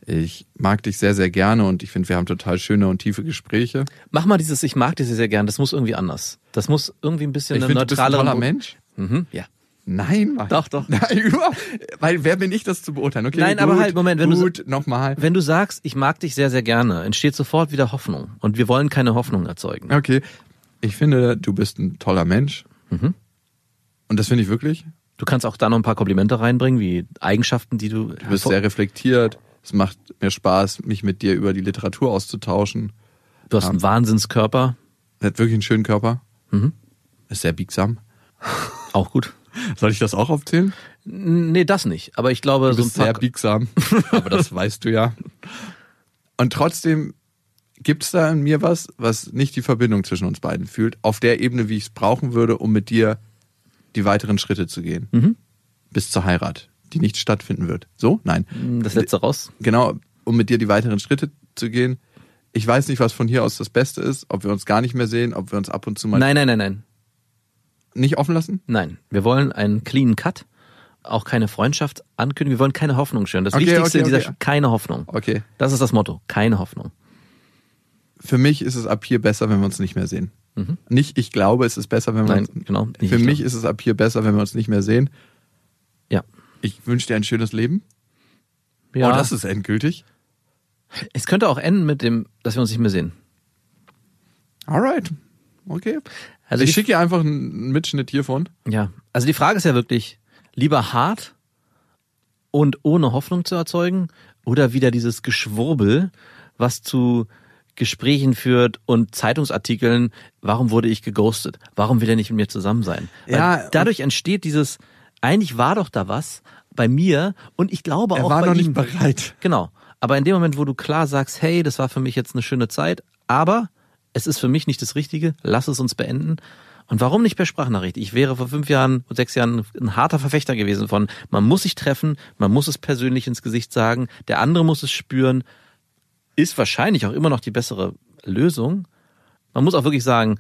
Ich mag dich sehr, sehr gerne und ich finde, wir haben total schöne und tiefe Gespräche. Mach mal dieses, ich mag diese sehr gern, das muss irgendwie anders. Das muss irgendwie ein bisschen Ich eine finde, du bist ein neutralere. toller Mensch. Mhm, ja. Nein, Mann. Doch, [LAUGHS] doch. Nein, über, weil wer bin ich, das zu beurteilen? Okay, Nein, gut, aber halt, Moment, wenn du so- gut, nochmal. Wenn du sagst, ich mag dich sehr, sehr gerne, entsteht sofort wieder Hoffnung. Und wir wollen keine Hoffnung erzeugen. Okay, ich finde, du bist ein toller Mensch. Mhm. Und das finde ich wirklich. Du kannst auch da noch ein paar Komplimente reinbringen, wie Eigenschaften, die du. Du bist sehr reflektiert. Es macht mir Spaß, mich mit dir über die Literatur auszutauschen. du hast einen Wahnsinnskörper. Er hat wirklich einen schönen Körper. Ist sehr biegsam. Auch gut. Soll ich das auch aufzählen? Nee, das nicht. Aber ich glaube, Du so ein bist sehr paar. biegsam. Aber das weißt du ja. Und trotzdem gibt es da in mir was, was nicht die Verbindung zwischen uns beiden fühlt, auf der Ebene, wie ich es brauchen würde, um mit dir die weiteren Schritte zu gehen. Bis zur Heirat, die nicht stattfinden wird. So? Nein. Hm, Das letzte raus. genau, um mit dir die weiteren Schritte zu gehen. Ich weiß nicht, was von hier aus das Beste ist, ob wir uns gar nicht mehr sehen, ob wir uns ab und zu mal Nein, nein, nein, nein. nicht offen lassen. Nein. Wir wollen einen clean Cut. Auch keine Freundschaft ankündigen. Wir wollen keine Hoffnung schüren. Das Okay, Wichtigste okay, in dieser okay. keine Hoffnung. Okay. Das ist das Motto. Keine Hoffnung. Für mich ist es ab hier besser, wenn wir uns nicht mehr sehen. Nicht, ich glaube, es ist besser, wenn wir Mhm. Nein, uns. genau, nicht ich Für mich glaube. ist es ab hier besser, wenn wir uns nicht mehr sehen. Ja. Ich wünsche dir ein schönes Leben. ja. Oh, das ist endgültig. es könnte auch enden mit dem, dass wir uns nicht mehr sehen. Alright. Okay. Also Also ich die- schicke dir einfach einen Mitschnitt hiervon. Ja, also die Frage ist ja wirklich, lieber hart und ohne Hoffnung zu erzeugen oder wieder dieses Geschwurbel, was zu Gesprächen führt und Zeitungsartikeln, warum wurde ich geghostet? Warum will er nicht mit mir zusammen sein? Weil Ja, dadurch entsteht dieses, eigentlich war doch da was bei mir und ich glaube Er auch war bei noch nicht ihm. bereit. Genau. Aber in dem Moment, wo du klar sagst, hey, das war für mich jetzt eine schöne Zeit, aber es ist für mich nicht das Richtige, lass es uns beenden. Und warum nicht per Sprachnachricht? Ich wäre vor fünf Jahren, sechs Jahren ein harter Verfechter gewesen von, man muss sich treffen, man muss es persönlich ins Gesicht sagen, der andere muss es spüren, ist wahrscheinlich auch immer noch die bessere Lösung. Man muss auch wirklich sagen,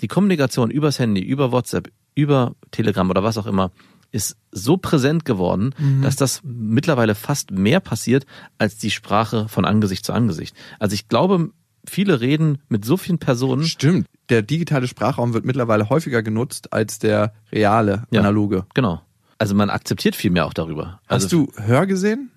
die Kommunikation übers Handy, über WhatsApp, über Telegram oder was auch immer, ist so präsent geworden, Mhm. dass das mittlerweile fast mehr passiert als die Sprache von Angesicht zu Angesicht. Also ich glaube, viele reden mit so vielen Personen. Stimmt. Der digitale Sprachraum wird mittlerweile häufiger genutzt als der reale, Ja. analoge. Genau. Also man akzeptiert viel mehr auch darüber. Hast also, du Hör gesehen?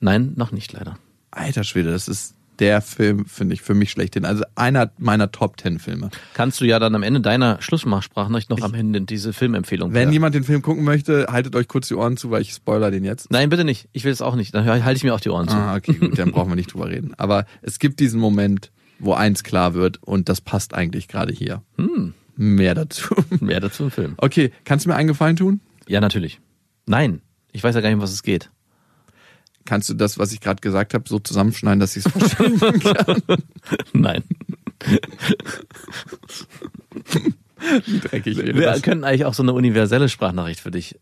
Nein, noch nicht leider. Alter Schwede, das ist der Film, finde ich, für mich schlechthin. Also einer meiner Top Ten Filme. Kannst du ja dann am Ende deiner Schlussmachsprachnachricht noch am Ende diese Filmempfehlung. Wenn Ja. jemand den Film gucken möchte, haltet euch kurz die Ohren zu, weil ich spoiler den jetzt. Nein, bitte nicht. Ich will es auch nicht. Dann halte ich mir auch die Ohren zu. Ah, okay, gut, dann brauchen wir nicht drüber reden. Aber es gibt diesen Moment, wo eins klar wird und das passt eigentlich gerade hier. Mehr dazu. [LAUGHS] Mehr dazu im Film. Okay, kannst du mir einen Gefallen tun? Ja, natürlich. Nein, ich weiß ja gar nicht, um was es geht. Kannst du das, was ich gerade gesagt habe, so zusammenschneiden, dass [LAUGHS] ich es verstehe? [LAUGHS] Nein. Dreckig. wäre Wir das. könnten eigentlich auch so eine universelle Sprachnachricht für dich.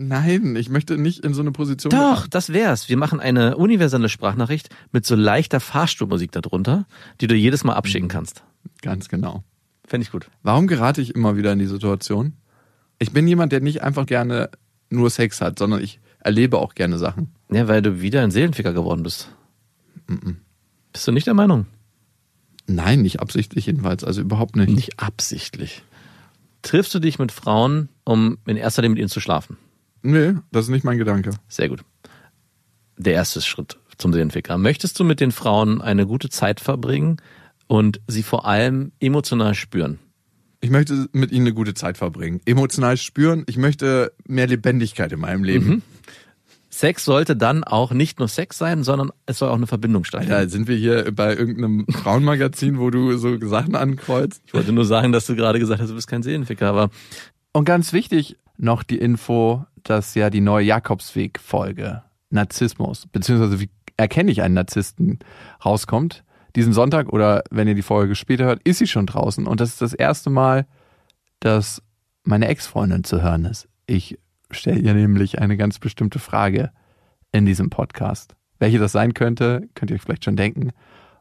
Nein, ich möchte nicht in so eine Position. Doch, das wär's. Wir machen eine universelle Sprachnachricht mit so leichter Fahrstuhlmusik darunter, die du jedes Mal abschicken kannst. Ganz genau. Fände ich gut. Warum gerate ich immer wieder in die Situation? Ich bin jemand, der nicht einfach gerne nur Sex hat, sondern ich erlebe auch gerne Sachen. Ja, weil du wieder ein Seelenficker geworden bist. Bist du nicht der Meinung? Nein, nicht absichtlich jedenfalls, also überhaupt nicht. Nicht absichtlich. Triffst du dich mit Frauen, um in erster Linie mit ihnen zu schlafen? Nee, das ist nicht mein Gedanke. Sehr gut. Der erste Schritt zum Seelenficker. Möchtest du mit den Frauen eine gute Zeit verbringen und sie vor allem emotional spüren? Ich möchte mit ihnen eine gute Zeit verbringen, emotional spüren, ich möchte mehr Lebendigkeit in meinem Leben. Sex sollte dann auch nicht nur Sex sein, sondern es soll auch eine Verbindung stattfinden. Alter, sind wir hier bei irgendeinem Frauenmagazin, wo du so Sachen ankreuzt? Ich wollte nur sagen, dass du gerade gesagt hast, du bist kein Seelenficker, aber Und ganz wichtig noch die Info, dass ja die neue Jakobsweg-Folge Narzissmus, beziehungsweise wie erkenne ich einen Narzissten, rauskommt. Diesen Sonntag oder wenn ihr die Folge später hört, ist sie schon draußen. Und das ist das erste Mal, dass meine Ex-Freundin zu hören ist. Ich stelle ihr nämlich eine ganz bestimmte Frage in diesem Podcast. Welche das sein könnte, könnt ihr euch vielleicht schon denken.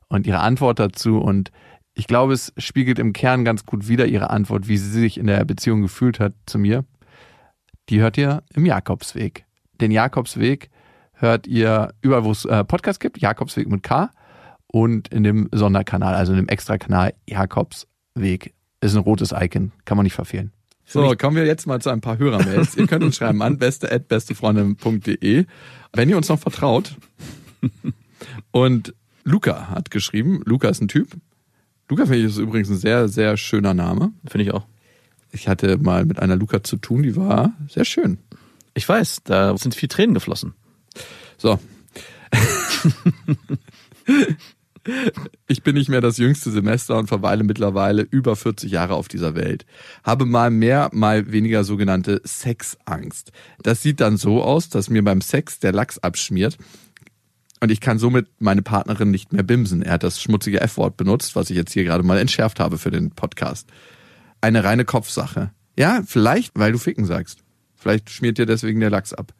Und ihre Antwort dazu. Und ich glaube, es spiegelt im Kern ganz gut wieder ihre Antwort, wie sie sich in der Beziehung gefühlt hat zu mir. Die hört ihr im Jakobsweg. Den Jakobsweg hört ihr überall, wo es äh, Podcasts gibt. Jakobsweg mit K. Und in dem Sonderkanal, also in dem Extrakanal Jakobsweg. Ist ein rotes Icon. Kann man nicht verfehlen. So, kommen wir jetzt mal zu ein paar Hörermails. ihr könnt uns schreiben an beste@bestefreundin.de, wenn ihr uns noch vertraut. Und Luca hat geschrieben, Luca ist ein Typ. Luca finde ich ist übrigens ein sehr, sehr schöner Name. finde ich auch. Ich hatte mal mit einer Luca zu tun, die war sehr schön. Ich weiß, da sind viel Tränen geflossen. So. [LAUGHS] ich bin nicht mehr das jüngste Semester und verweile mittlerweile über 40 Jahre auf dieser Welt. Habe mal mehr, mal weniger sogenannte Sexangst. Das sieht dann so aus, dass mir beim Sex der Lachs abschmiert und ich kann somit meine Partnerin nicht mehr bimsen. Er hat das schmutzige F-Wort benutzt, was ich jetzt hier gerade mal entschärft habe für den Podcast. Eine reine Kopfsache. Ja, vielleicht, weil du ficken sagst. Vielleicht schmiert dir deswegen der Lachs ab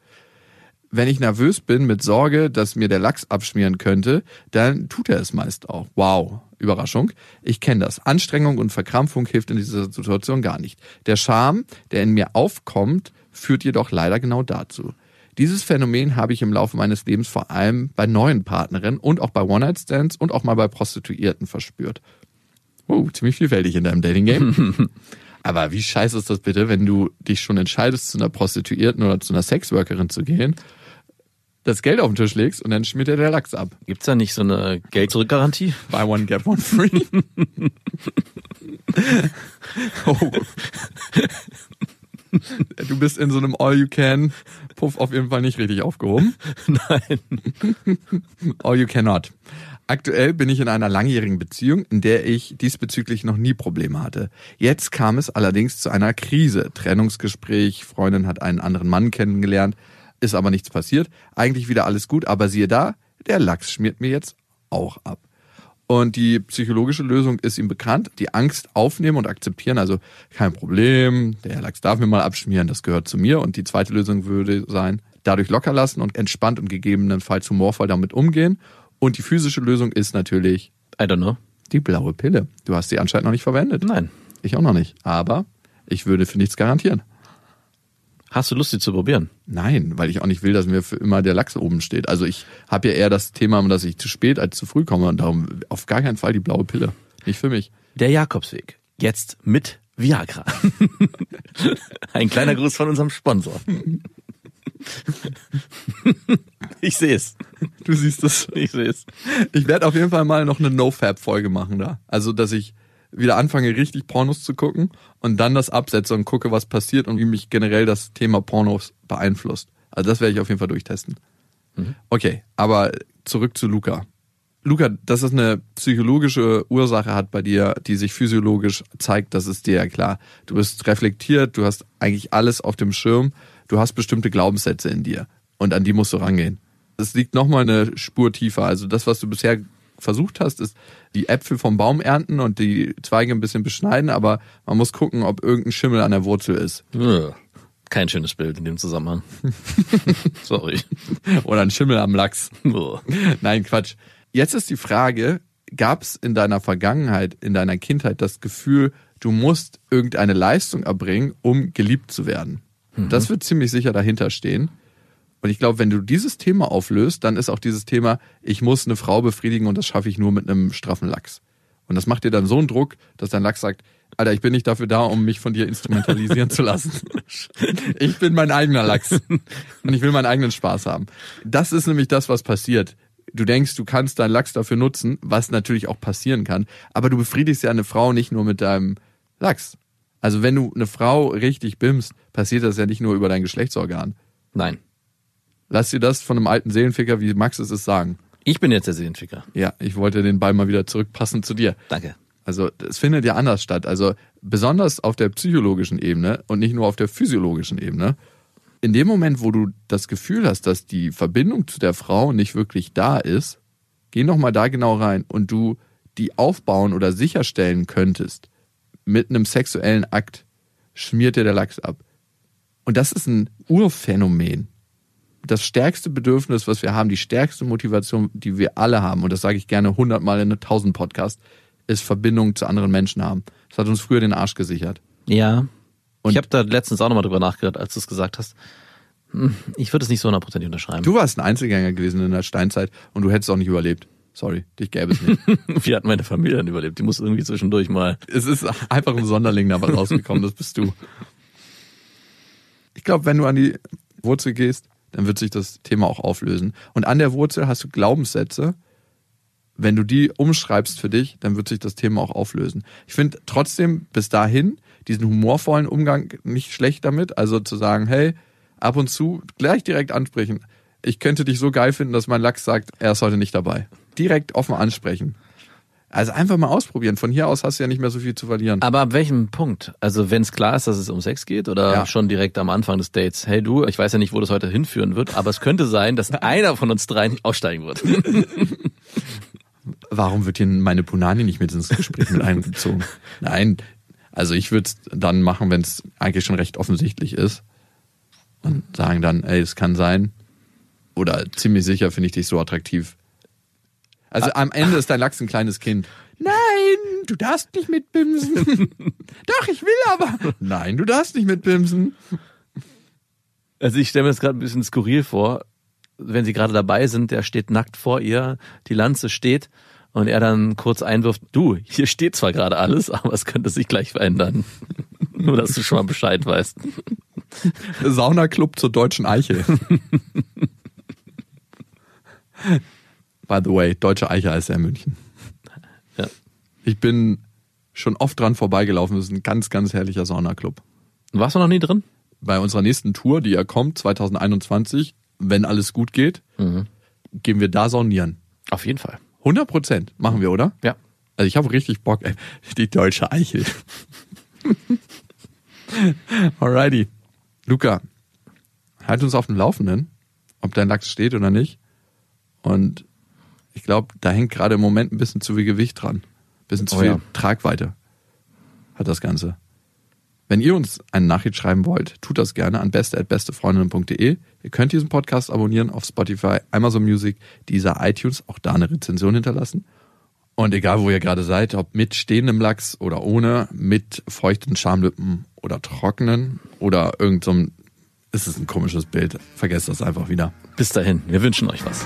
wenn ich nervös bin mit Sorge, dass mir der Lachs abschmieren könnte, dann tut er es meist auch. Wow, Überraschung. Ich kenne das. Anstrengung und Verkrampfung hilft in dieser Situation gar nicht. Der Charme, der in mir aufkommt, führt jedoch leider genau dazu. Dieses Phänomen habe ich im Laufe meines Lebens vor allem bei neuen Partnerinnen und auch bei One-Night-Stands und auch mal bei Prostituierten verspürt. Wow, ziemlich vielfältig in deinem Dating-Game. Aber wie scheiße ist das bitte, wenn du dich schon entscheidest, zu einer Prostituierten oder zu einer Sexworkerin zu gehen, das Geld auf den Tisch legst und dann schmiert dir der Lachs ab. Gibt's da nicht so eine Geld-Zurück-Garantie? Buy one, get one free. oh. Du bist in so einem All-You-Can-Puff auf jeden Fall nicht richtig aufgehoben. Nein. All you cannot. Aktuell bin ich in einer langjährigen Beziehung, in der ich diesbezüglich noch nie Probleme hatte. Jetzt kam es allerdings zu einer Krise. Trennungsgespräch, Freundin hat einen anderen Mann kennengelernt, ist aber nichts passiert. Eigentlich wieder alles gut, aber siehe da, der Lachs schmiert mir jetzt auch ab. Und die psychologische Lösung ist ihm bekannt. Die Angst aufnehmen und akzeptieren. Also kein Problem, der Lachs darf mir mal abschmieren, das gehört zu mir. Und die zweite Lösung würde sein, dadurch locker lassen und entspannt und gegebenenfalls humorvoll damit umgehen. Und die physische Lösung ist natürlich I don't know. die blaue Pille. Du hast sie anscheinend noch nicht verwendet. Nein. Ich auch noch nicht. Aber ich würde für nichts garantieren. Hast du Lust, sie zu probieren? Nein, weil ich auch nicht will, dass mir für immer der Lachs oben steht. Also ich habe ja eher das Thema, dass ich zu spät als zu früh komme. Und darum auf gar keinen Fall die blaue Pille. Nicht für mich. Der Jakobsweg. Jetzt mit Viagra. [LAUGHS] Ein kleiner Gruß von unserem Sponsor. [LAUGHS] Ich sehe es. Du siehst es. Ich sehe es. Ich werde auf jeden Fall mal noch eine No-Fab-Folge machen da. Also, dass ich wieder anfange, richtig Pornos zu gucken und dann das absetze und gucke, was passiert und wie mich generell das Thema Pornos beeinflusst. Also, das werde ich auf jeden Fall durchtesten. Okay, aber zurück zu Luca. Luca, dass es eine psychologische Ursache hat bei dir, die sich physiologisch zeigt, das ist dir ja klar. Du bist reflektiert, du hast eigentlich alles auf dem Schirm, du hast bestimmte Glaubenssätze in dir und an die musst du rangehen. Es liegt nochmal eine Spur tiefer. Also das, was du bisher versucht hast, ist die Äpfel vom Baum ernten und die Zweige ein bisschen beschneiden, aber man muss gucken, ob irgendein Schimmel an der Wurzel ist. [LAUGHS] Ugh. Kein schönes Bild in dem Zusammenhang. [LAUGHS] Sorry. Oder ein Schimmel am Lachs. Ugh. [LAUGHS] Nein, Quatsch. Jetzt ist die Frage, gab es in deiner Vergangenheit, in deiner Kindheit das Gefühl, du musst irgendeine Leistung erbringen, um geliebt zu werden? Das wird ziemlich sicher dahinter stehen. Und ich glaube, wenn du dieses Thema auflöst, dann ist auch dieses Thema, ich muss eine Frau befriedigen und das schaffe ich nur mit einem straffen Lachs. Und das macht dir dann so einen Druck, dass dein Lachs sagt, Alter, ich bin nicht dafür da, um mich von dir instrumentalisieren zu lassen. Ich bin mein eigener Lachs. Und ich will meinen eigenen Spaß haben. Das ist nämlich das, was passiert. Du denkst, du kannst deinen Lachs dafür nutzen, was natürlich auch passieren kann. Aber du befriedigst ja eine Frau nicht nur mit deinem Lachs. Also wenn du eine Frau richtig bimst, passiert das ja nicht nur über dein Geschlechtsorgan. Nein. Lass dir das von einem alten Seelenficker wie Max es ist sagen. Ich bin jetzt der Seelenficker. Ja, ich wollte den Ball mal wieder zurückpassen zu dir. Danke. Also es findet ja anders statt. Also besonders auf der psychologischen Ebene und nicht nur auf der physiologischen Ebene. In dem Moment, wo du das Gefühl hast, dass die Verbindung zu der Frau nicht wirklich da ist, geh nochmal da genau rein und du die aufbauen oder sicherstellen könntest mit einem sexuellen Akt, schmiert dir der Lachs ab. Und das ist ein Urphänomen. Das stärkste Bedürfnis, was wir haben, die stärkste Motivation, die wir alle haben, und das sage ich gerne hundertmal in tausend Podcasts, ist Verbindung zu anderen Menschen haben. Das hat uns früher den Arsch gesichert. Ja. Und- ich habe da letztens auch nochmal drüber nachgedacht, als du es gesagt hast. Hm, Ich würde es nicht so hundertprozentig unterschreiben. Du warst ein Einzelgänger gewesen in der Steinzeit und du hättest auch nicht überlebt. Sorry, dich gäbe es nicht. Wie hat meine Familie dann überlebt? Die muss irgendwie zwischendurch mal. es ist einfach ein Sonderling dabei rausgekommen, das bist du. Ich glaube, wenn du an die Wurzel gehst, dann wird sich das Thema auch auflösen. Und an der Wurzel hast du Glaubenssätze. Wenn du die umschreibst für dich, dann wird sich das Thema auch auflösen. Ich finde trotzdem bis dahin diesen humorvollen Umgang nicht schlecht damit. Also zu sagen, hey, ab und zu gleich direkt ansprechen. Ich könnte dich so geil finden, dass mein Lachs sagt, er ist heute nicht dabei. Direkt offen ansprechen. Also einfach mal ausprobieren. Von hier aus hast du ja nicht mehr so viel zu verlieren. Aber ab welchem Punkt? Also wenn es klar ist, dass es um Sex geht oder Ja. schon direkt am Anfang des Dates? Hey du, ich weiß ja nicht, wo das heute hinführen wird, aber es könnte sein, [LAUGHS] dass einer von uns dreien aussteigen wird. warum wird hier meine Punani nicht mit ins Gespräch mit einbezogen? Nein, also ich würde es dann machen, wenn es eigentlich schon recht offensichtlich ist und sagen dann, ey, es kann sein oder ziemlich sicher finde ich dich so attraktiv. Also am Ende ist dein Lachs ein kleines Kind. Nein, du darfst nicht mitbimsen. Doch, ich will aber. Nein, du darfst nicht mitbimsen. [LAUGHS] Also ich stelle mir das gerade ein bisschen skurril vor, wenn sie gerade dabei sind, der steht nackt vor ihr, die Lanze steht und er dann kurz einwirft, du, hier steht zwar gerade alles, [LAUGHS] aber es könnte sich gleich verändern. [LAUGHS] Nur, dass du schon mal Bescheid weißt. Saunaclub zur deutschen Eiche. By the way, deutsche Eiche heißt er in München. Ja. Ich bin schon oft dran vorbeigelaufen. Das ist ein ganz, ganz herrlicher Saunaclub. Warst du noch nie drin? Bei unserer nächsten Tour, die ja kommt, 2021, wenn alles gut geht, gehen wir da saunieren. Auf jeden Fall. 100 Prozent machen wir, oder? Ja. Also ich habe richtig Bock. Ey. Die deutsche Eichel. Alrighty. Luca, halt uns auf dem Laufenden, ob dein Lachs steht oder nicht. Und ich glaube, da hängt gerade im Moment ein bisschen zu viel Gewicht dran. bisschen zu Oh viel ja. Tragweite hat das Ganze. Wenn ihr uns eine Nachricht schreiben wollt, tut das gerne an beste.bestefreundinnen.de. Ihr könnt diesen Podcast abonnieren auf Spotify, Amazon Music, dieser iTunes, auch da eine Rezension hinterlassen. Und egal, wo ihr gerade seid, ob mit stehendem Lachs oder ohne, mit feuchten Schamlippen oder trockenen oder irgendeinem, es ist ein komisches Bild. Vergesst das einfach wieder. Bis dahin, wir wünschen euch was.